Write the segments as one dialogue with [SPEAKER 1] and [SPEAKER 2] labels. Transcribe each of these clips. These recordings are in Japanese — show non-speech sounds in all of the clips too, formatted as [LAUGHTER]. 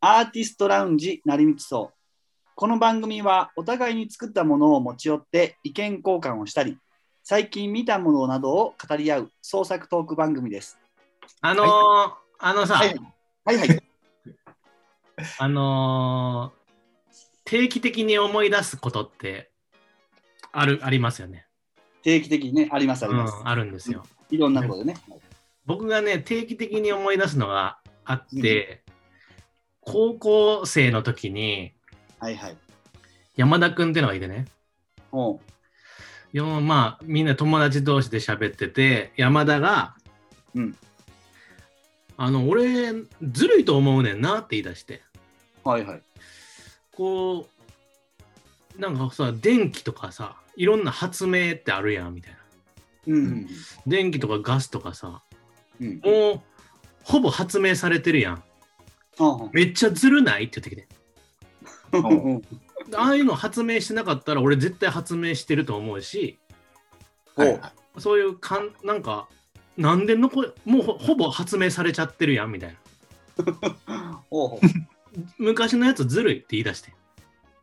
[SPEAKER 1] アーティストラウンジ成光荘この番組はお互いに作ったものを持ち寄って意見交換をしたり最近見たものなどを語り合う創作トーク番組です
[SPEAKER 2] あのーあのさ、
[SPEAKER 1] はいはいはい
[SPEAKER 2] あのー定期的に思い出すことってあるありますよね。
[SPEAKER 1] 定期的にねありますあります、
[SPEAKER 2] うん、あるんですよ。
[SPEAKER 1] いろんなことでね、
[SPEAKER 2] 僕がね、定期的に思い出すのがあって、高校生の時に
[SPEAKER 1] はいはい
[SPEAKER 2] 山田君ってのがいてね、
[SPEAKER 1] も
[SPEAKER 2] いやまあ、みんな友達同士で喋ってて、山田が、
[SPEAKER 1] うん
[SPEAKER 2] あの俺、ずるいと思うねんなって言い出して。
[SPEAKER 1] うはいはい
[SPEAKER 2] こうなんかさ電気とかさいろんな発明ってあるやんみたいな
[SPEAKER 1] うん
[SPEAKER 2] 電気とかガスとかさ
[SPEAKER 1] うんうん
[SPEAKER 2] もうほぼ発明されてるやん
[SPEAKER 1] うん
[SPEAKER 2] めっちゃずるないって言ってき
[SPEAKER 1] うんうん
[SPEAKER 2] てああいうの発明してなかったら俺絶対発明してると思うし
[SPEAKER 1] お
[SPEAKER 3] はい
[SPEAKER 2] そういうかんなんかなんで残もうほほぼ発明されちゃってるやんみたいな
[SPEAKER 1] おお
[SPEAKER 2] 昔のやつずるいって言い出して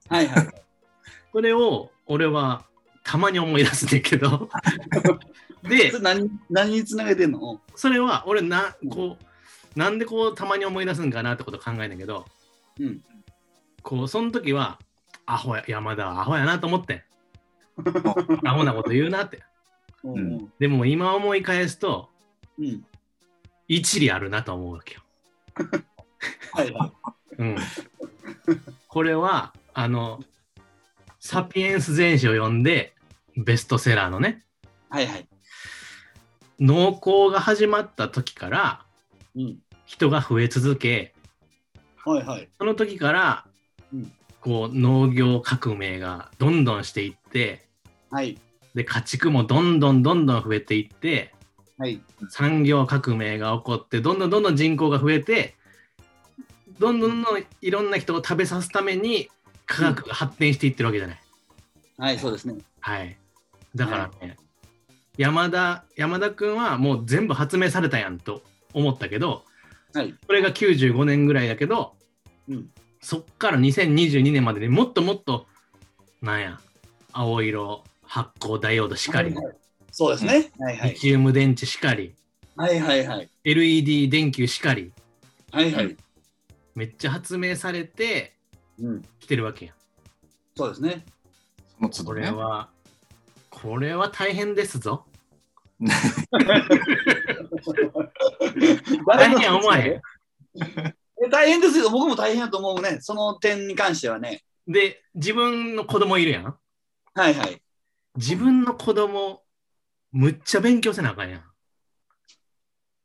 [SPEAKER 1] はいはい
[SPEAKER 2] これを俺はたまに思い出すねんだけど
[SPEAKER 1] [LAUGHS]
[SPEAKER 2] で
[SPEAKER 1] それ何何につなげてんの
[SPEAKER 2] それは俺なこうなんでこうたまに思い出すんかなってこと考えんだけど
[SPEAKER 1] うん
[SPEAKER 2] こうその時はアホや山田はアホやなと思って
[SPEAKER 1] [LAUGHS]
[SPEAKER 2] んアホなこと言うなって
[SPEAKER 1] うんうん
[SPEAKER 2] でも今思い返すと
[SPEAKER 1] うん
[SPEAKER 2] 一理あるなと思うわけよ、
[SPEAKER 1] はいはい [LAUGHS]
[SPEAKER 2] うん、これはあの「サピエンス全史」を読んでベストセラーのね
[SPEAKER 1] はいはい
[SPEAKER 2] 農耕が始まった時から
[SPEAKER 1] うん
[SPEAKER 2] 人が増え続け
[SPEAKER 1] はいはい
[SPEAKER 2] その時から、
[SPEAKER 1] うん
[SPEAKER 2] こう農業革命がどんどんしていって
[SPEAKER 1] はい
[SPEAKER 2] で家畜もどんどんどんどん増えていって
[SPEAKER 1] はい
[SPEAKER 2] 産業革命が起こってどんどんどんどん人口が増えてどんどんどんどんいろんな人を食べさすために科学が発展していってるわけじゃない。
[SPEAKER 1] はいそうですね
[SPEAKER 2] はい、だからね、山田山田君はもう全部発明されたやんと思ったけど
[SPEAKER 1] はい
[SPEAKER 2] それが95年ぐらいだけど
[SPEAKER 1] うん
[SPEAKER 2] そっから2022年までにもっともっとなんや青色発光ダイオードしかり、
[SPEAKER 1] はいはいそうですねはいは
[SPEAKER 2] リ
[SPEAKER 1] い
[SPEAKER 2] チウム電池しかり
[SPEAKER 1] はいはいはい
[SPEAKER 2] LED 電球しかり
[SPEAKER 1] はいはい
[SPEAKER 2] めっちゃ発明されて
[SPEAKER 1] うん
[SPEAKER 2] きてるわけやん
[SPEAKER 1] そうです
[SPEAKER 2] [LAUGHS]
[SPEAKER 1] ね
[SPEAKER 3] その都
[SPEAKER 2] こ
[SPEAKER 3] 度
[SPEAKER 2] れ
[SPEAKER 3] ね。
[SPEAKER 2] はこれは大変ですぞ大変や思わへん
[SPEAKER 1] え大変ですよ僕も大変だと思うねその点に関してはね
[SPEAKER 2] で自分の子供いるやん
[SPEAKER 1] はいはい
[SPEAKER 2] 自分の子供むっちゃ勉強せなあかんやん。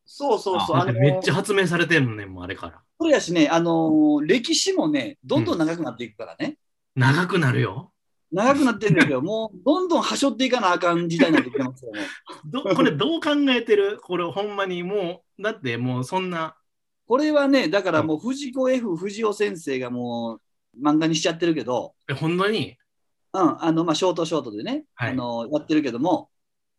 [SPEAKER 1] そうそうそう
[SPEAKER 2] だ
[SPEAKER 1] あ
[SPEAKER 2] って
[SPEAKER 1] の
[SPEAKER 2] めっちゃ発明されてんねんもんあれから。
[SPEAKER 1] そうやしねあの歴史もねどんどん長くなっていくからね
[SPEAKER 2] 長くなるよ。
[SPEAKER 1] 長くなってんだけどもうどんどんはしょっていかなあかん時代になってきてますよね [LAUGHS]
[SPEAKER 2] どこれどう考えてるこれほんまにもうだってもうそんな
[SPEAKER 1] これはね、だからもう藤子 F 不二雄先生がもう漫画にしちゃってるけど、
[SPEAKER 2] えほんまに
[SPEAKER 1] うん、あの、まあ、ショートショートでね、
[SPEAKER 2] はい
[SPEAKER 1] あの、やってるけども、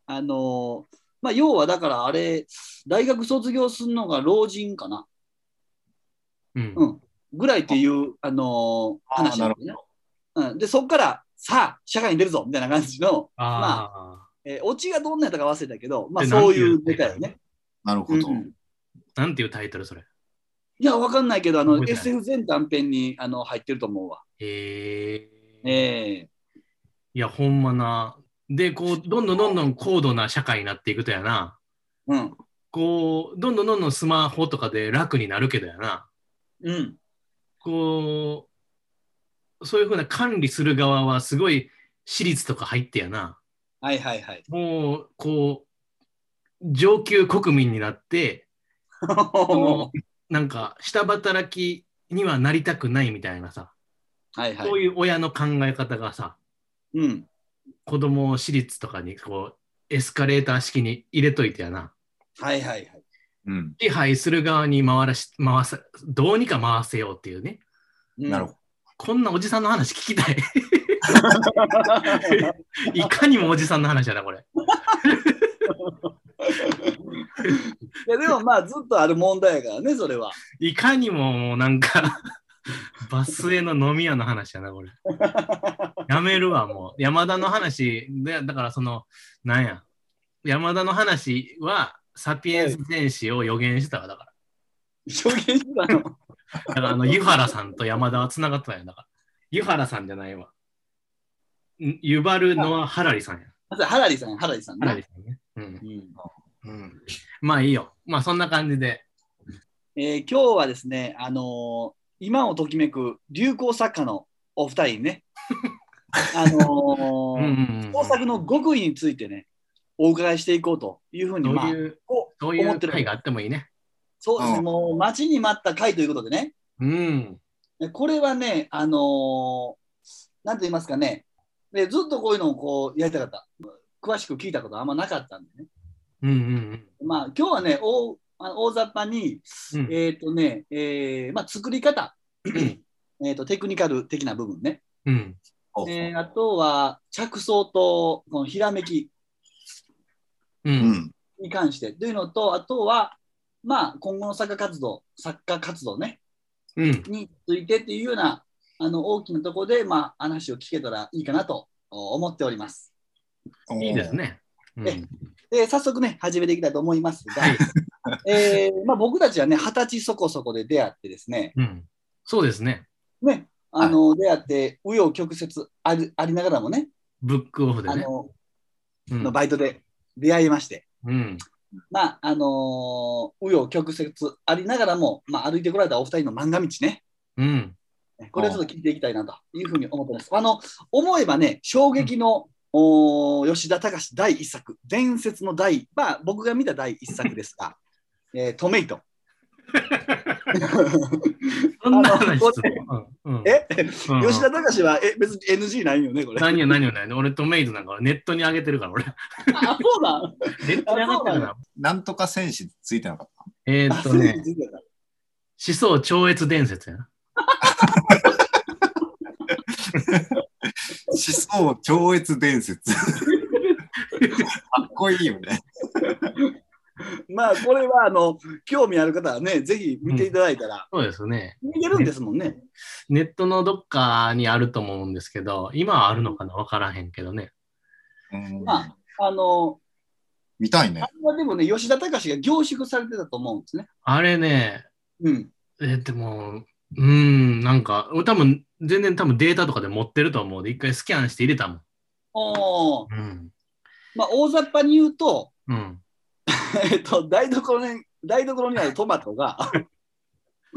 [SPEAKER 1] あの、まあ、要はだからあれ、大学卒業するのが老人かな、
[SPEAKER 2] うん、
[SPEAKER 1] うんぐらいっていう、あの、
[SPEAKER 3] あー
[SPEAKER 1] 話なんだよね。うん、で、そこから、さあ、社会に出るぞみたいな感じの、
[SPEAKER 2] あ
[SPEAKER 1] えーオチがどんなやったか忘れたけど、まあ、
[SPEAKER 2] え
[SPEAKER 1] そうい
[SPEAKER 2] なん
[SPEAKER 1] う
[SPEAKER 2] てい
[SPEAKER 1] 出
[SPEAKER 2] うタイ
[SPEAKER 1] た
[SPEAKER 2] ト
[SPEAKER 1] よ
[SPEAKER 2] ル
[SPEAKER 1] ね。
[SPEAKER 3] [LAUGHS] なるほど。
[SPEAKER 1] うん
[SPEAKER 2] あ、なんていうタイトルそれ。
[SPEAKER 1] いや、わかんないけど、あの、
[SPEAKER 2] 覚えてない
[SPEAKER 1] SF 全短編にあの入ってると思うわ。
[SPEAKER 2] えー、
[SPEAKER 1] え
[SPEAKER 2] いやほんまな。でこうどんどんどんどん高度な社会になっていくとやな。
[SPEAKER 1] えうん、
[SPEAKER 2] こうどんどんどんどんスマホとかで楽になるけどやな。
[SPEAKER 1] うん。
[SPEAKER 2] こう、そういうふうな管理する側はすごい私立とか入ってやな。
[SPEAKER 1] はいはい
[SPEAKER 2] [LAUGHS]
[SPEAKER 1] はい。
[SPEAKER 2] もう、こう、上級国民になって、
[SPEAKER 1] は
[SPEAKER 2] もうなんか、下働きにはなりたくないみたいなさ、
[SPEAKER 1] いは
[SPEAKER 2] そう
[SPEAKER 1] い。
[SPEAKER 2] いう親の考え方がさ、
[SPEAKER 1] うん。
[SPEAKER 2] 子供を私立とかにこう、エスカレーター式に入れといてやな。
[SPEAKER 1] はいはいはい。
[SPEAKER 3] うん。
[SPEAKER 2] 支配する側に回らし、回さ、どうにか回せようっていうね。
[SPEAKER 1] うん
[SPEAKER 3] なるほ
[SPEAKER 2] こんなおじさんの話聞きた
[SPEAKER 1] [LAUGHS]
[SPEAKER 2] い。いかにもおじさんの話やな、これ。
[SPEAKER 1] [LAUGHS] いやでもまあずっとある問題やからね、それは。 [LAUGHS]
[SPEAKER 2] いかにももうなんかバスへの飲み屋の話やな、これ。やめるわ、もう。山田の話、でだからその、なんや。山田の話は、サピエンス全史を予言してたわ、だか
[SPEAKER 1] 証言したの。
[SPEAKER 2] ら。だから、
[SPEAKER 1] [LAUGHS]
[SPEAKER 2] あの、湯原さんと山田は繋がってたんや、だから。湯原さんじゃないわ。んユバルノア・ハラリさんや。
[SPEAKER 1] まずハラリさん、ハラリさん
[SPEAKER 2] ハラリ
[SPEAKER 1] ね。
[SPEAKER 2] さんね。うん。
[SPEAKER 1] うん
[SPEAKER 2] うん。まあいいよ。まあそんな感じで。
[SPEAKER 1] えー今日はですね、あのー今をときめく流行作家のお二人に
[SPEAKER 2] [LAUGHS]
[SPEAKER 1] ね、あの
[SPEAKER 2] う
[SPEAKER 1] ー
[SPEAKER 2] んうんうん
[SPEAKER 1] 創作の極意についてね、お伺いしていこうというふうに、
[SPEAKER 2] ど
[SPEAKER 1] まあ
[SPEAKER 2] う、いう、
[SPEAKER 1] こう
[SPEAKER 2] どうい
[SPEAKER 1] 思
[SPEAKER 2] う
[SPEAKER 1] ってる
[SPEAKER 2] 会があってもいいね。
[SPEAKER 1] そうですね、
[SPEAKER 3] うん
[SPEAKER 1] もう待ちに待った回ということでね、
[SPEAKER 2] うん。
[SPEAKER 1] でこれはね、あのーなんて言いますかね、でずっとこういうのをこうやりたかった。詳しく聞いたことはあんまなかったんでね。
[SPEAKER 2] うんうん
[SPEAKER 1] まあ、今日はね、大あの大雑把に、
[SPEAKER 2] うん。うん
[SPEAKER 1] えっ、とね、えーまあ、作り方、 [CLEARS THROAT] えっとテクニカル的な部分ね、
[SPEAKER 2] うん。
[SPEAKER 1] えーあとは着想とこのひらめき
[SPEAKER 2] う。
[SPEAKER 3] うんん。
[SPEAKER 1] に関してというのと、あとは、まあ、今後の作家活動、作家活動ね、
[SPEAKER 2] うん。
[SPEAKER 1] についてっていうようなあの大きなところで、まあ、話を聞けたらいいかなとお思っております。
[SPEAKER 2] いいですね。うん
[SPEAKER 1] えで早速ね、始めていきたいと思いますが、えーまあ、僕たちはね、二十歳そこそこで出会ってですね、
[SPEAKER 2] うん。そうですね。
[SPEAKER 1] ねあの出会って、紆余曲折ありありながらもね、
[SPEAKER 2] ブックオフで
[SPEAKER 1] あ
[SPEAKER 2] ね。
[SPEAKER 1] の
[SPEAKER 2] うん
[SPEAKER 1] のバイトで出会いまして、
[SPEAKER 2] うん。
[SPEAKER 1] まああのー紆余曲折ありながらも、まあ、歩いてこられたお二人の漫画道ね、
[SPEAKER 2] うん。
[SPEAKER 1] これをちょっと聞いていきたいなというふうに思ってます。あの思えばね、衝撃の、おー吉田隆第一作、伝説の第、まあ、僕が見た第一作ですが、 [LAUGHS] えートメイト。
[SPEAKER 2] そんな話
[SPEAKER 1] こ
[SPEAKER 2] す
[SPEAKER 1] れ
[SPEAKER 2] る。うんうん
[SPEAKER 1] え、
[SPEAKER 2] うん
[SPEAKER 1] 吉田隆はえ別に NG ないよね、
[SPEAKER 2] [LAUGHS]
[SPEAKER 1] これ。
[SPEAKER 2] 何よ何よ何よ。俺とメイドなんかネットに上げてるから、俺。
[SPEAKER 1] あ、そうだ。
[SPEAKER 2] ネットに上がってる
[SPEAKER 1] あ
[SPEAKER 2] な。
[SPEAKER 3] なんとか戦士ついてなかっ
[SPEAKER 2] えー
[SPEAKER 1] [LAUGHS]
[SPEAKER 2] っ
[SPEAKER 1] あ
[SPEAKER 2] と
[SPEAKER 1] そう
[SPEAKER 2] ね
[SPEAKER 1] で、すね
[SPEAKER 2] 思想超越伝説やな。
[SPEAKER 3] た。思想超越伝説。 [LAUGHS] かっこいいよね。
[SPEAKER 1] まあ、これはあの興味ある方はね、ぜひ見ていただいたら、
[SPEAKER 2] そうですね。
[SPEAKER 1] 見れるんですもんね。
[SPEAKER 2] ネットのどっかにあると思うんですけど、今はあるのかな分からへんけどね。
[SPEAKER 3] うん
[SPEAKER 1] まああの
[SPEAKER 3] 見たいね
[SPEAKER 1] あ。れはでもね、吉田隆が凝縮されてたと思うんですね。
[SPEAKER 2] あれね、
[SPEAKER 1] うん。
[SPEAKER 2] え、でも、うーん、なんか、俺多分、全然多分データとかで持ってると思うで、一回スキャンして入れたもん。
[SPEAKER 1] おー
[SPEAKER 2] うん。
[SPEAKER 1] まあ、大雑把に言うと、 [LAUGHS]
[SPEAKER 2] うん。
[SPEAKER 1] えっと、台所に台所にあるトマト [LAUGHS] が、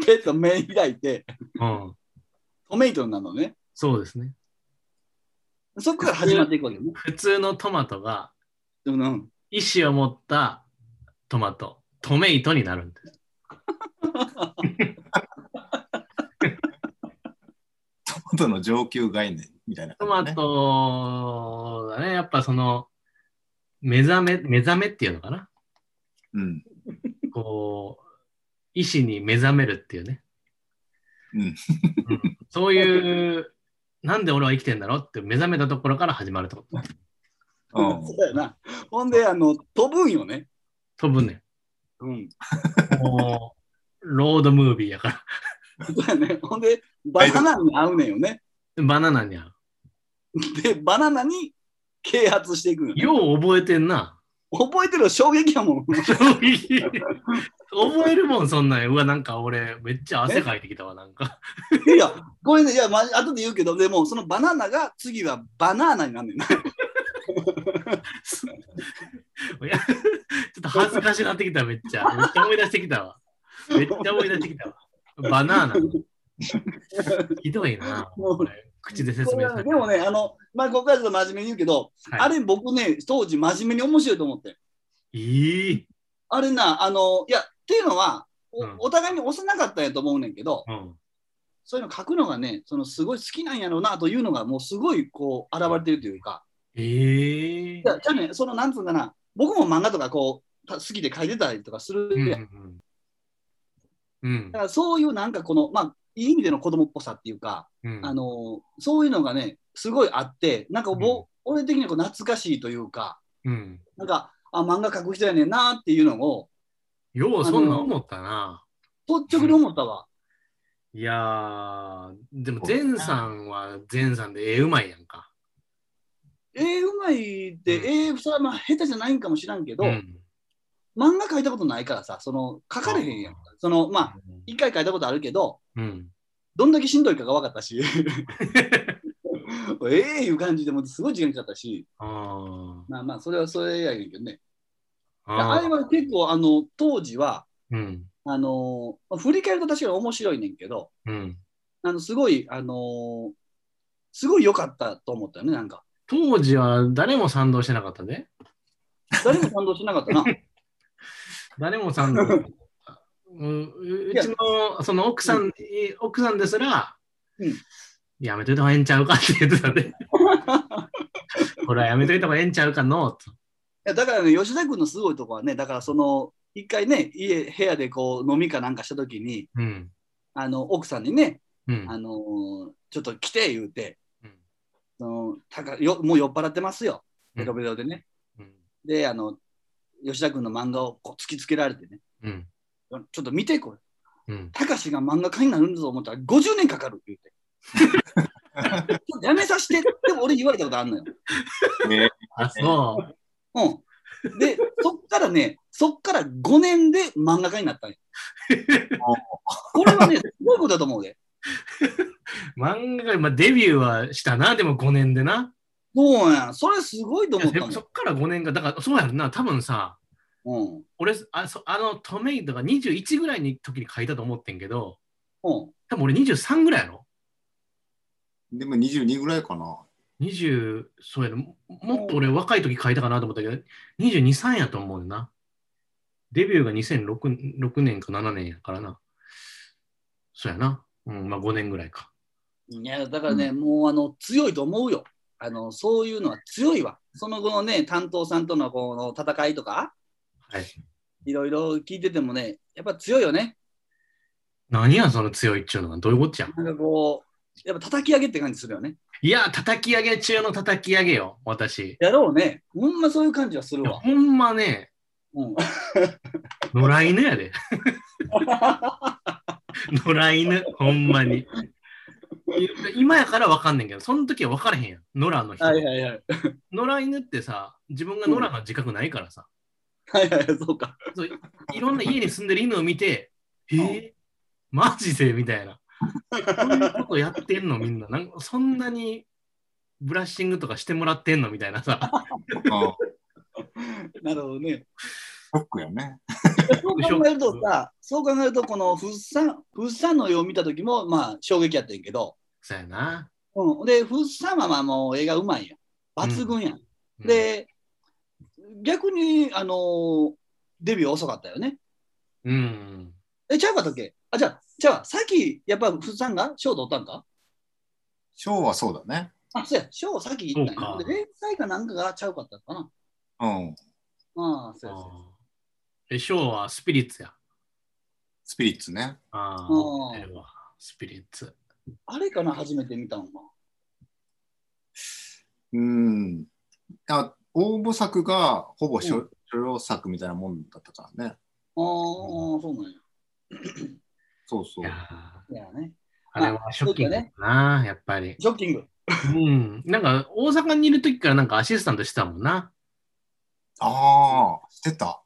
[SPEAKER 1] ペッと目開いて、
[SPEAKER 2] うん。
[SPEAKER 1] トメイトになるのね。
[SPEAKER 2] そうですね。
[SPEAKER 1] そこから始まっていくわけよね。
[SPEAKER 2] 普通のトマトが、
[SPEAKER 1] うん、
[SPEAKER 2] 意思を持ったトマト、トメイトになるんです。
[SPEAKER 3] トマトの上級概念みたいな
[SPEAKER 2] トマ
[SPEAKER 3] 感じね。
[SPEAKER 2] トがね、やっぱその、目覚め、目覚めっていうのかな。
[SPEAKER 3] うん。
[SPEAKER 2] こう、意思に目覚めるっていうね。
[SPEAKER 3] うん
[SPEAKER 2] うんそういう、なんで俺は生きてんだろうって目覚めたところから始まると。
[SPEAKER 3] うん
[SPEAKER 1] そうやな。ほんで、あの、飛ぶんよね。
[SPEAKER 2] 飛ぶね
[SPEAKER 1] うん。
[SPEAKER 2] ん。もう、ロードムービーやか
[SPEAKER 1] そうやね。ほんで、バナナに合うねんよね。
[SPEAKER 2] ら。バナナにゃう。
[SPEAKER 1] で、バナナに啓発していくんよね。
[SPEAKER 2] よう覚えてんな。 [LAUGHS]
[SPEAKER 1] 覚えてるよ衝撃やもん。
[SPEAKER 2] 覚えるもん、そんなん。うわ、なんか俺、めっちゃ汗かいてきたわ、なんか。
[SPEAKER 1] いや、これね、いや、ま後で言うけど、でも、そのバナナが次はバナーナになんねんな。
[SPEAKER 2] いやちょっと恥ずかしなってきた、めっちゃ。めっちゃ思い出してきたわ。めっちゃ思い出してきたわ。バナナ。ひどいな。
[SPEAKER 1] もう
[SPEAKER 2] これ [LAUGHS] 口で
[SPEAKER 1] こ
[SPEAKER 2] 説
[SPEAKER 1] れ
[SPEAKER 2] 明
[SPEAKER 1] は
[SPEAKER 2] さ
[SPEAKER 1] ね
[SPEAKER 2] れ
[SPEAKER 1] でもね、あの、まあ、ここからちょっと真面目に言うけど、
[SPEAKER 2] はい
[SPEAKER 1] あれ僕ね、当時真面目に面白いと思って。
[SPEAKER 2] いい。
[SPEAKER 1] あれな、あの、いや、っていうのは、お,、
[SPEAKER 2] うん
[SPEAKER 1] 互いに幼かったんやと思うねんけど、
[SPEAKER 2] うん。
[SPEAKER 1] そういうの書くのがね、そのすごい好きなんやろうなというのが、もうすごいこう、現れてるというか、
[SPEAKER 2] ええ
[SPEAKER 1] いやじゃあね、そのなんつうんかな、僕も漫画とかこう、た好きで書いてたりとかする
[SPEAKER 2] うん
[SPEAKER 1] やん。
[SPEAKER 2] うん
[SPEAKER 1] だからそういうなんかこの、まあ、いい意味での子供っぽさっていうか、
[SPEAKER 2] うん。
[SPEAKER 1] あのそういうのがね、すごいあって、なんかぼ、俺的にはこう懐かしいというか、
[SPEAKER 2] うん。
[SPEAKER 1] なんか、あ、漫画描く人やねんなっていうのを、
[SPEAKER 2] よう、そんなん思ったな。
[SPEAKER 1] 率直に思ったわ。
[SPEAKER 2] いやー、でも前さんは前さんで絵うまいやんか。
[SPEAKER 1] 絵うまいって、
[SPEAKER 2] うん
[SPEAKER 1] 絵それはまあ下手じゃないんかもしらんけど、
[SPEAKER 2] うん
[SPEAKER 1] 漫画描いたことないからさ、その書かれへんやんか。そのまあ、一回描いたことあるけど、
[SPEAKER 2] うん。
[SPEAKER 1] どんだけしんどいかが分かった
[SPEAKER 2] [LAUGHS]
[SPEAKER 1] し、ええいう感じでもすごい時間かかったし、
[SPEAKER 2] あ
[SPEAKER 1] まあまあ、それはそれやねんけどね。
[SPEAKER 2] あ
[SPEAKER 1] あれは結構、あの、当時は、
[SPEAKER 2] うん。
[SPEAKER 1] あのー振り返ると確かに面白いねんけど、
[SPEAKER 2] うん。
[SPEAKER 1] あの、すごい、あのーすごい良かったと思ったよね、なんか。
[SPEAKER 2] 当時は誰も賛同してなかったで。
[SPEAKER 1] 誰も感動しなかった
[SPEAKER 2] [LAUGHS]
[SPEAKER 1] な。
[SPEAKER 2] 誰も
[SPEAKER 1] [LAUGHS]
[SPEAKER 2] 賛同してなかった。うんううちのその奥さん、え奥さんですら、
[SPEAKER 1] うん
[SPEAKER 2] やめといた方がええんちゃうかって言ってたで。 [LAUGHS] これはやめといた方がええんちゃうかのと。
[SPEAKER 1] いやだからね、吉田君のすごいとこはね、だからその、一回ね、家、部屋でこう、飲みかなんかしたときに、
[SPEAKER 2] うん。
[SPEAKER 1] あの、奥さんにね、
[SPEAKER 2] うん。
[SPEAKER 1] あのーちょっと来て言うて、
[SPEAKER 2] うん
[SPEAKER 1] そのたかよもう酔っ払ってますよ、
[SPEAKER 2] うん
[SPEAKER 1] ベロベロでね。
[SPEAKER 2] うん
[SPEAKER 1] で、あの、吉田君の漫画をこう突きつけられてね、
[SPEAKER 2] うん。
[SPEAKER 1] ちょっと見てこれ、
[SPEAKER 2] うん。
[SPEAKER 1] たかしが漫画家になるんだと思ったら50年かかるって言って。ちょっとやめさせてでも俺言われたことあんのよ。
[SPEAKER 3] ね
[SPEAKER 2] あ、そう。
[SPEAKER 1] うん、で、そっからね、そっから5年で漫画家になったんよこれはね、すごいことだと思うで。
[SPEAKER 2] 漫画が、まあ、デビューはしたな、でも5年でな。
[SPEAKER 1] そうやん、それすごいと
[SPEAKER 2] いや
[SPEAKER 1] 思っ
[SPEAKER 2] で
[SPEAKER 1] た
[SPEAKER 2] もそ
[SPEAKER 1] の。
[SPEAKER 2] っから5年が、だからそうやろな、多分さ、
[SPEAKER 1] うん
[SPEAKER 2] 俺、あそあのトメイトが21ぐらいの時に書いたと思ってんけど、
[SPEAKER 1] うん
[SPEAKER 2] 多分俺23ぐらいやろ
[SPEAKER 3] でも22ぐらいかな。
[SPEAKER 2] 20、そうやろももっと俺若い時書いたかなと思ったけど、22、3やと思うよな。デビューが2006 6年か7年やからな。そうやな。うん、まあ5年ぐらいか。
[SPEAKER 1] いやだからね、もうあの強いと思うよあの。そういうのは強いわ。その後のね、担当さんとのこの戦いとか、
[SPEAKER 2] はい。
[SPEAKER 1] いろいろ聞いててもね、やっぱ強いよね。
[SPEAKER 2] 何や、その強いっちゅうのはどういうこっちゃ
[SPEAKER 1] なんかこう、やっぱ叩き上げって感じするよね。
[SPEAKER 2] いや、叩き上げ中の叩き上げよ、私。
[SPEAKER 1] やろうね。ほんまそういう感じはす
[SPEAKER 2] い
[SPEAKER 1] る
[SPEAKER 2] や
[SPEAKER 1] わ。
[SPEAKER 2] ほんまね、
[SPEAKER 1] うん、 [LAUGHS]
[SPEAKER 2] 野良犬やで。野良犬、ほんまに。今やから分かんねんけど、その時は分からへんやん。野良の人。
[SPEAKER 1] はいはいはい。
[SPEAKER 2] 野良犬ってさ、自分が野良の自覚ないからさ、
[SPEAKER 1] はいはいはい、そうか。
[SPEAKER 2] そういろんな家に住んでる犬を見て、えー、マジでみたいな。こんなことやってんのみんな。なんかそんなにブラッシングとかしてもらってんのみたいな
[SPEAKER 1] [LAUGHS]
[SPEAKER 2] さ。
[SPEAKER 3] あ
[SPEAKER 1] なるほどね。
[SPEAKER 3] ショックやね。
[SPEAKER 1] そう考えるとさ、そう考えると、このふっさん、ふっさんの絵を見た時も、まあ、衝撃やってんけど、
[SPEAKER 2] そうやな。
[SPEAKER 1] うん、で、ふっさんはまあもう映画うまいやん。抜群やん。
[SPEAKER 2] うん、
[SPEAKER 1] で、逆に、あのーデビュー遅かったよね。
[SPEAKER 2] うん。
[SPEAKER 1] え、ちゃうかったっけあ、じゃあ、じゃあ、さっき、やっぱ、ふっさんが賞取ったんか
[SPEAKER 3] ショーはそうだね。
[SPEAKER 1] あ、そうや、賞さっき言ったん
[SPEAKER 2] そう
[SPEAKER 1] や。
[SPEAKER 2] か
[SPEAKER 1] で連載かなんかがちゃうかったかな。
[SPEAKER 3] うん。
[SPEAKER 1] ああ、そうやそうや。
[SPEAKER 2] あーえ、ショーはスピリッツや。
[SPEAKER 3] スピリッツね。
[SPEAKER 2] ああ、
[SPEAKER 1] うん
[SPEAKER 2] 持ってるわスピリッツ。
[SPEAKER 1] あれかな、初めて見たのは。
[SPEAKER 3] うん。あ応募作がほぼ所所要作みたいなもんだったから
[SPEAKER 1] ああ、
[SPEAKER 3] ね。
[SPEAKER 1] そうなんや。
[SPEAKER 3] そうそ
[SPEAKER 2] いうやー。
[SPEAKER 1] いやね。
[SPEAKER 2] あれはショッキングだな、やっぱり。
[SPEAKER 1] ショッキング。
[SPEAKER 2] うん。なんか、大阪にいる時からなんかアシスタントしてたもんな。
[SPEAKER 3] ああ、してた。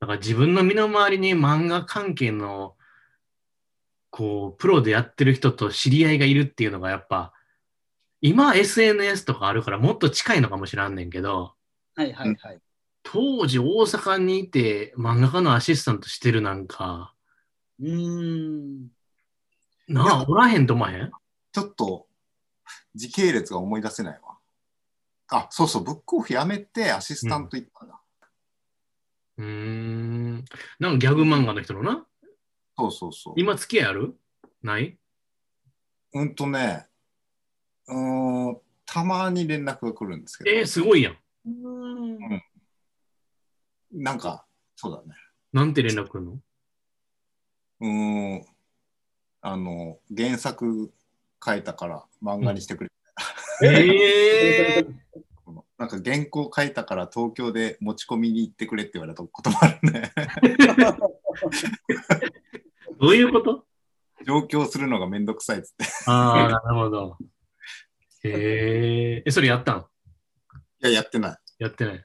[SPEAKER 2] だから自分の身の回りに漫画関係の、こう、プロでやってる人と知り合いがいるっていうのがやっぱ、今 SNS とかあるからもっと近いのかもしらんねんけど、
[SPEAKER 1] はいはいはい。
[SPEAKER 2] 当時大阪にいて漫画家のアシスタントしてるなんか、
[SPEAKER 1] うーん。
[SPEAKER 2] なあ、おらへんと思わへん
[SPEAKER 3] ちょっと時系列が思い出せないわ。あ、そうそう、ブックオフやめてアシスタント行ったんだ。
[SPEAKER 2] うーん。なんかギャグ漫画の人のな。
[SPEAKER 3] そうそうそう。
[SPEAKER 2] 今付き合いあるない
[SPEAKER 3] うんとね、うーん、たまに連絡が来るんですけど、
[SPEAKER 2] えー、すごいやん。
[SPEAKER 1] うーん
[SPEAKER 3] なんか、そうだね。
[SPEAKER 2] なんて連絡来るの
[SPEAKER 3] うーん、あの、原作書いたから漫画にしてくれ
[SPEAKER 2] えー、
[SPEAKER 3] このなんか原稿書いたから東京で持ち込みに行ってくれって言われたこともあるね。
[SPEAKER 2] どういうこと
[SPEAKER 3] [LAUGHS] 上京するのがめんどくさいっつって。
[SPEAKER 2] ああ、なるほど。へえ。え、それやったん
[SPEAKER 3] いや、やってない。
[SPEAKER 2] やってない。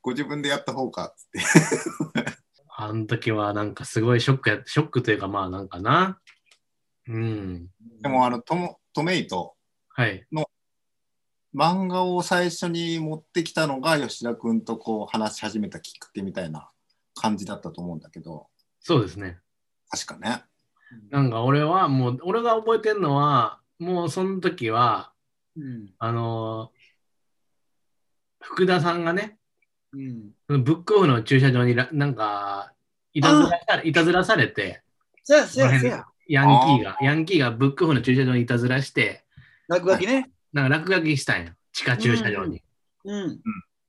[SPEAKER 3] ご自分でやった方かっつって。
[SPEAKER 2] あの時はなんかすごいショックや、ショックというかまあなんかな。うん。
[SPEAKER 3] でも、あの、トモトメイト、
[SPEAKER 2] はい。
[SPEAKER 3] 漫画を最初に持ってきたのが吉田君とこう話し始めたきっかけみたいな感じだったと思うんだけど、
[SPEAKER 2] そうですね。
[SPEAKER 3] 確かね。
[SPEAKER 2] なんか俺はもう、俺が覚えてんのは、もうその時は、
[SPEAKER 1] うん
[SPEAKER 2] あのー福田さんがね、
[SPEAKER 1] うん、
[SPEAKER 2] ブックオフの駐車場にらなんか、いたずらされいたずらされて、
[SPEAKER 1] せやせやせや。
[SPEAKER 2] ヤンキーが、ヤンキーがブックオフの駐車場にいたずらして、
[SPEAKER 1] 落書きね。
[SPEAKER 2] なんか落書きしたんや、地下駐車場に。
[SPEAKER 1] うん。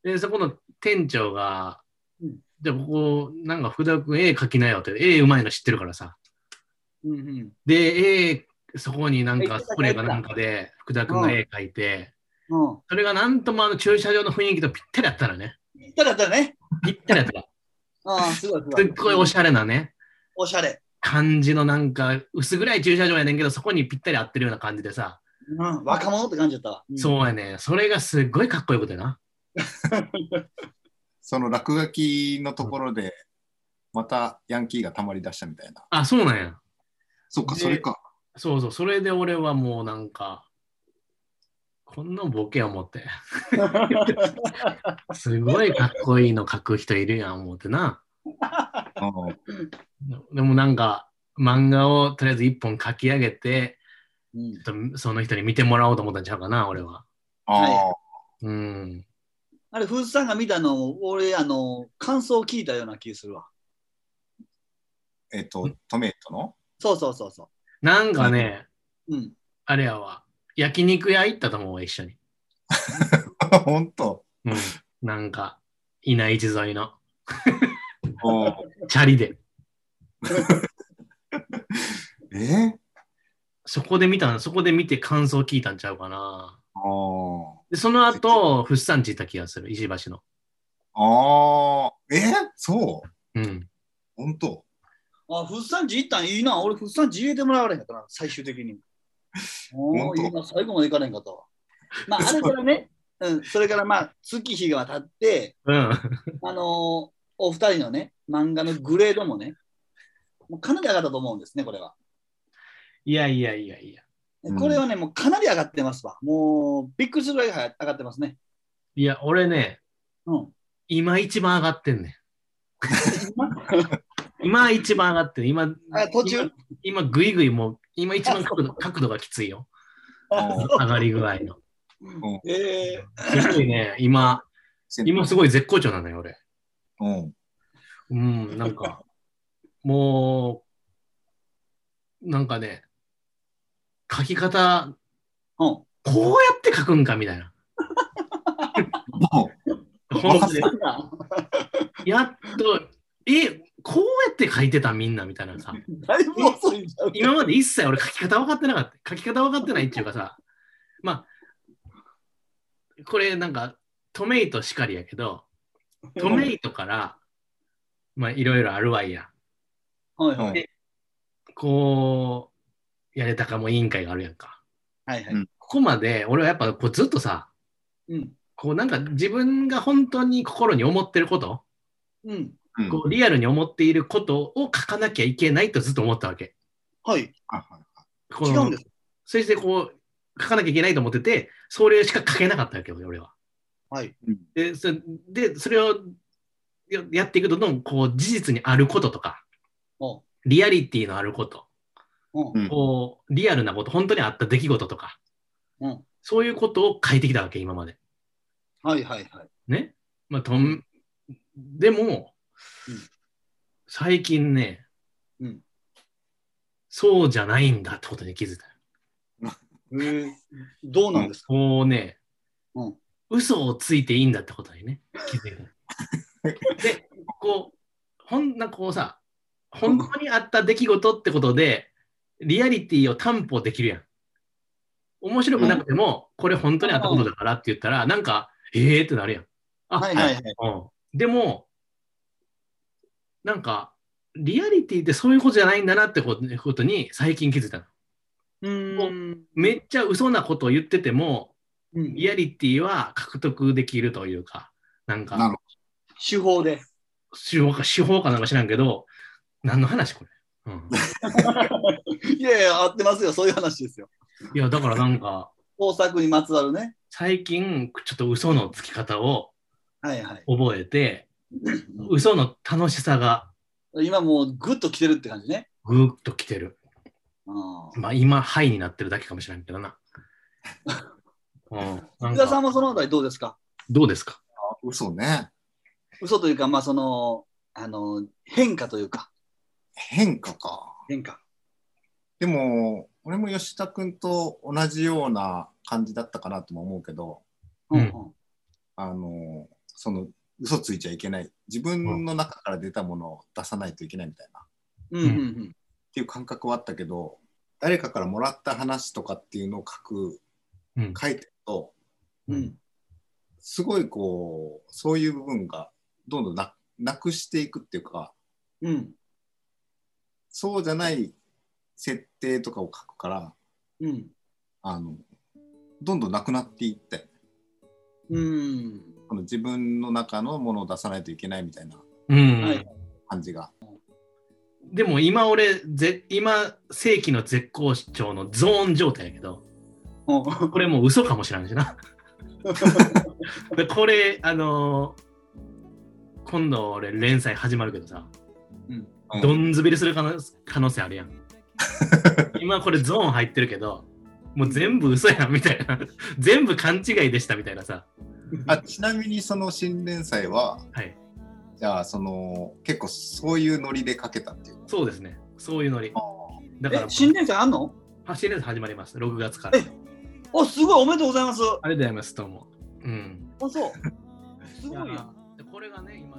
[SPEAKER 2] で、そこの店長が、
[SPEAKER 1] うん
[SPEAKER 2] じゃあここ、なんか福田君絵描きなよって、絵うまいの知ってるからさ。
[SPEAKER 1] うんうん。
[SPEAKER 2] で、絵、そこになんか
[SPEAKER 1] え
[SPEAKER 2] スプレーかなんかで、福田君が絵描いて、
[SPEAKER 1] うん。
[SPEAKER 2] それがなんともあの駐車場の雰囲気とぴったりだったらね。
[SPEAKER 1] ぴったりだったね。
[SPEAKER 2] ぴったりだった
[SPEAKER 1] [LAUGHS]
[SPEAKER 2] ら。
[SPEAKER 1] ああ、すごいすご
[SPEAKER 2] す
[SPEAKER 1] い。
[SPEAKER 2] っごいおしゃれなね、
[SPEAKER 1] おしゃれ。
[SPEAKER 2] 感じのなんか、薄暗い駐車場やねんけど、そこにぴったり合ってるような感じでさ。
[SPEAKER 1] うん。若者って感じだったわ。うん [LAUGHS]
[SPEAKER 2] そうやね。それがすっごいかっこよくてな。
[SPEAKER 3] その落書きのところで、またヤンキーがたまり出したみたいな。
[SPEAKER 2] あ、そうなんや。
[SPEAKER 3] そうか、
[SPEAKER 2] で
[SPEAKER 3] それか。
[SPEAKER 2] そうそう。それで俺はもうなんか、こんなボケを持って。すごいかっこいいの書く人いるやん、思ってな。
[SPEAKER 3] うん
[SPEAKER 2] でもなんか、漫画をとりあえず一本書き上げて、
[SPEAKER 1] うん。
[SPEAKER 2] ちょっとその人に見てもらおうと思ったんちゃうかな、俺は。
[SPEAKER 3] ああ、
[SPEAKER 2] うん。
[SPEAKER 1] あれ、フーズさんが見たのを、俺、あの、感想を聞いたような気するわ。
[SPEAKER 3] えっと、トメイトの [LAUGHS]
[SPEAKER 1] そうそうそうそ
[SPEAKER 2] なんかね、
[SPEAKER 1] う。うん。
[SPEAKER 2] あれやわ、焼肉屋行ったと思うわ、一緒に。
[SPEAKER 3] 本当
[SPEAKER 2] うん。なんか、稲市沿いの、
[SPEAKER 3] おー
[SPEAKER 2] チャリで。
[SPEAKER 3] え
[SPEAKER 2] そこで見たの、そこで見て感想聞いたんちゃうかな。
[SPEAKER 3] あー
[SPEAKER 2] で、その後、物産地行った気がする、石橋の。
[SPEAKER 3] あー。えそう
[SPEAKER 2] うん。
[SPEAKER 3] 本当
[SPEAKER 1] あ、フッサンジ行ったんいいな。俺、フッサンジ入れてもらわれへんかったな、最終的
[SPEAKER 3] [LAUGHS]
[SPEAKER 1] に。もういいな、最後まで行かれへんかったわ。
[SPEAKER 3] [LAUGHS]
[SPEAKER 1] まあ、あれからね、うん、それからまあ、月日が経って、
[SPEAKER 2] うん。
[SPEAKER 1] あのーお二人のね、漫画のグレードもね、もうかなり上がったと思うんですね、これは。
[SPEAKER 2] いやいやいやいや。
[SPEAKER 3] うん
[SPEAKER 1] これはね、もうかなり上がってますわ。もう、びっくりするぐらい上がってますね。
[SPEAKER 2] いや、俺ね、
[SPEAKER 3] [LAUGHS]
[SPEAKER 1] うん。
[SPEAKER 2] 今一番上がってんねん。今一番上がってん今、
[SPEAKER 1] あ途中
[SPEAKER 2] 今、今ぐいぐいもう、今一番角度角度がきついよ。
[SPEAKER 3] あ
[SPEAKER 2] 上がり具合の。
[SPEAKER 1] [LAUGHS] えー、
[SPEAKER 2] すごいね、今、
[SPEAKER 3] ー
[SPEAKER 2] 今すごい絶好調なのよ、俺。
[SPEAKER 3] うん。
[SPEAKER 2] うん、なんか、もう、なんかね、書き方、
[SPEAKER 1] うん。
[SPEAKER 2] こうやって書くんかみたいな。
[SPEAKER 3] も
[SPEAKER 2] 本当に
[SPEAKER 1] そうだ
[SPEAKER 2] やっと、え、こうやって書いてたみんなみたいなさ。
[SPEAKER 1] [LAUGHS] だいぶ遅いんちゃう
[SPEAKER 2] 今まで一切俺書き方分かってなかった。書き方分かってないっていうかさ、まあ、これなんか、トメイトしかりやけど、トメイトから、まあ、いろいろあるわいや。
[SPEAKER 1] はいはい。
[SPEAKER 2] こう、やれたかも委員会があるやんか。
[SPEAKER 1] はいはい。
[SPEAKER 2] ここまで、俺はやっぱこうずっとさ、
[SPEAKER 1] うん。
[SPEAKER 2] こうなんか自分が本当に心に思ってること、
[SPEAKER 1] うん。
[SPEAKER 3] うん。
[SPEAKER 2] こうリアルに思っていることを書かなきゃいけないとずっと思ったわけ。
[SPEAKER 1] はい。
[SPEAKER 3] はいはい
[SPEAKER 2] こ
[SPEAKER 1] 違
[SPEAKER 2] の
[SPEAKER 1] うんです。
[SPEAKER 2] そしてこう、書かなきゃいけないと思ってて、それしか書けなかったわけよ、俺は。
[SPEAKER 1] はい。
[SPEAKER 3] うん
[SPEAKER 2] で、そでそれをややっていくと、どんどんこう事実にあることとか、
[SPEAKER 1] おう
[SPEAKER 2] リアリティのあること、
[SPEAKER 1] うん。
[SPEAKER 3] うん
[SPEAKER 2] こうリアルなこと、本当にあった出来事とか、
[SPEAKER 1] うん
[SPEAKER 2] そういうことを書いてきたわけ、今まで。
[SPEAKER 1] はいはいはい。
[SPEAKER 2] ね。まあ、とんでも、
[SPEAKER 1] うん
[SPEAKER 2] 最近ね、
[SPEAKER 1] うん
[SPEAKER 2] そうじゃないんだってことに気づいた。
[SPEAKER 1] へえどうなんですか
[SPEAKER 2] こうね、
[SPEAKER 1] うん
[SPEAKER 2] 嘘をついていいんだってことにね、気
[SPEAKER 1] [LAUGHS]
[SPEAKER 2] づいた。で、こう、ほんなんかこうさ、本当にあった出来事ってことで、リアリティを担保できるやん。面白くなくても、これ本当にあったことだからって言ったら、なんか、ええー、ってなるやん。あ
[SPEAKER 1] はいはいはい。
[SPEAKER 2] うん、でも、なんか、リアリティってそういうことじゃないんだなってことことに最近気づいたの。
[SPEAKER 1] うん。
[SPEAKER 2] めっちゃ嘘なことを言ってても、
[SPEAKER 1] うん
[SPEAKER 2] リアリティは獲得できるというか、なん
[SPEAKER 3] な
[SPEAKER 2] か
[SPEAKER 3] る、
[SPEAKER 1] 手法で。 [LAUGHS]
[SPEAKER 2] 手法か、手法かなんか知らんけど、何の話これ。うん、
[SPEAKER 1] いやいや、合ってますよ。そういう話ですよ。
[SPEAKER 2] いや、だからなんか、
[SPEAKER 1] 工作にまつわるね。
[SPEAKER 2] 最近、ちょっと嘘のつき方を
[SPEAKER 1] はいはい。
[SPEAKER 2] 覚えて、嘘の楽しさが
[SPEAKER 1] 今もうグッと来てるって感じね。
[SPEAKER 2] ぐーっときてる。
[SPEAKER 1] うん。
[SPEAKER 2] まあ、今、ハイになってるだけかもしれんけどな。うん、なん
[SPEAKER 1] 福田さ
[SPEAKER 2] か
[SPEAKER 1] んもそのあたりどうですか
[SPEAKER 2] どうですか
[SPEAKER 3] ほど。嘘ね。
[SPEAKER 1] 嘘というか、まあその、あの、変化というか。
[SPEAKER 3] 変化か。
[SPEAKER 1] 変化。
[SPEAKER 3] でも、俺も吉田君と同じような感じだったかなとも思うけど、
[SPEAKER 1] うん
[SPEAKER 2] う
[SPEAKER 3] あの、その、嘘ついちゃいけない。自分の中から出たものを出さないといけないみたいな、っ
[SPEAKER 1] うん。うんうん
[SPEAKER 3] ていう感覚はあったけど、誰かからもらった話とかっていうのを書く、
[SPEAKER 2] うん
[SPEAKER 3] 書いてると、
[SPEAKER 1] うん。う
[SPEAKER 2] うんん。
[SPEAKER 3] すごいこう、そういう部分がどんどんななくしていくっていうか、
[SPEAKER 1] うん。
[SPEAKER 3] そうじゃない設定とかを書くから、
[SPEAKER 1] うん。
[SPEAKER 3] あの、どんどんなくなっていって、
[SPEAKER 1] うん。
[SPEAKER 3] この自分の中のものを出さないといけないみたいな
[SPEAKER 2] うん、
[SPEAKER 1] はい
[SPEAKER 3] 感じが。
[SPEAKER 2] でも今俺ぜ今世紀の絶好調のゾーン状態やけど
[SPEAKER 1] うん
[SPEAKER 2] これもう嘘かもしれんしなでこれあのー今度俺連載始まるけどさ
[SPEAKER 3] うん
[SPEAKER 2] どんずべりする可能可能性あ
[SPEAKER 1] [LAUGHS]
[SPEAKER 2] るやん今これゾーン入ってるけどもう全部嘘やんみたいな全部勘違いでしたみたいなさ
[SPEAKER 3] あちなみにその新連載は、
[SPEAKER 2] はい
[SPEAKER 3] じゃあその結構そういうノリで書けたっていうか。
[SPEAKER 2] そうですねそういうノリだから
[SPEAKER 1] え、新年会あんの
[SPEAKER 2] 走り始まります6月から
[SPEAKER 1] えあ、すごい、おめでとうございます。
[SPEAKER 2] ありがとうございますどうもうん
[SPEAKER 1] あ、そう。す
[SPEAKER 2] い
[SPEAKER 1] ごい
[SPEAKER 2] や
[SPEAKER 1] やん。
[SPEAKER 2] でこれがね今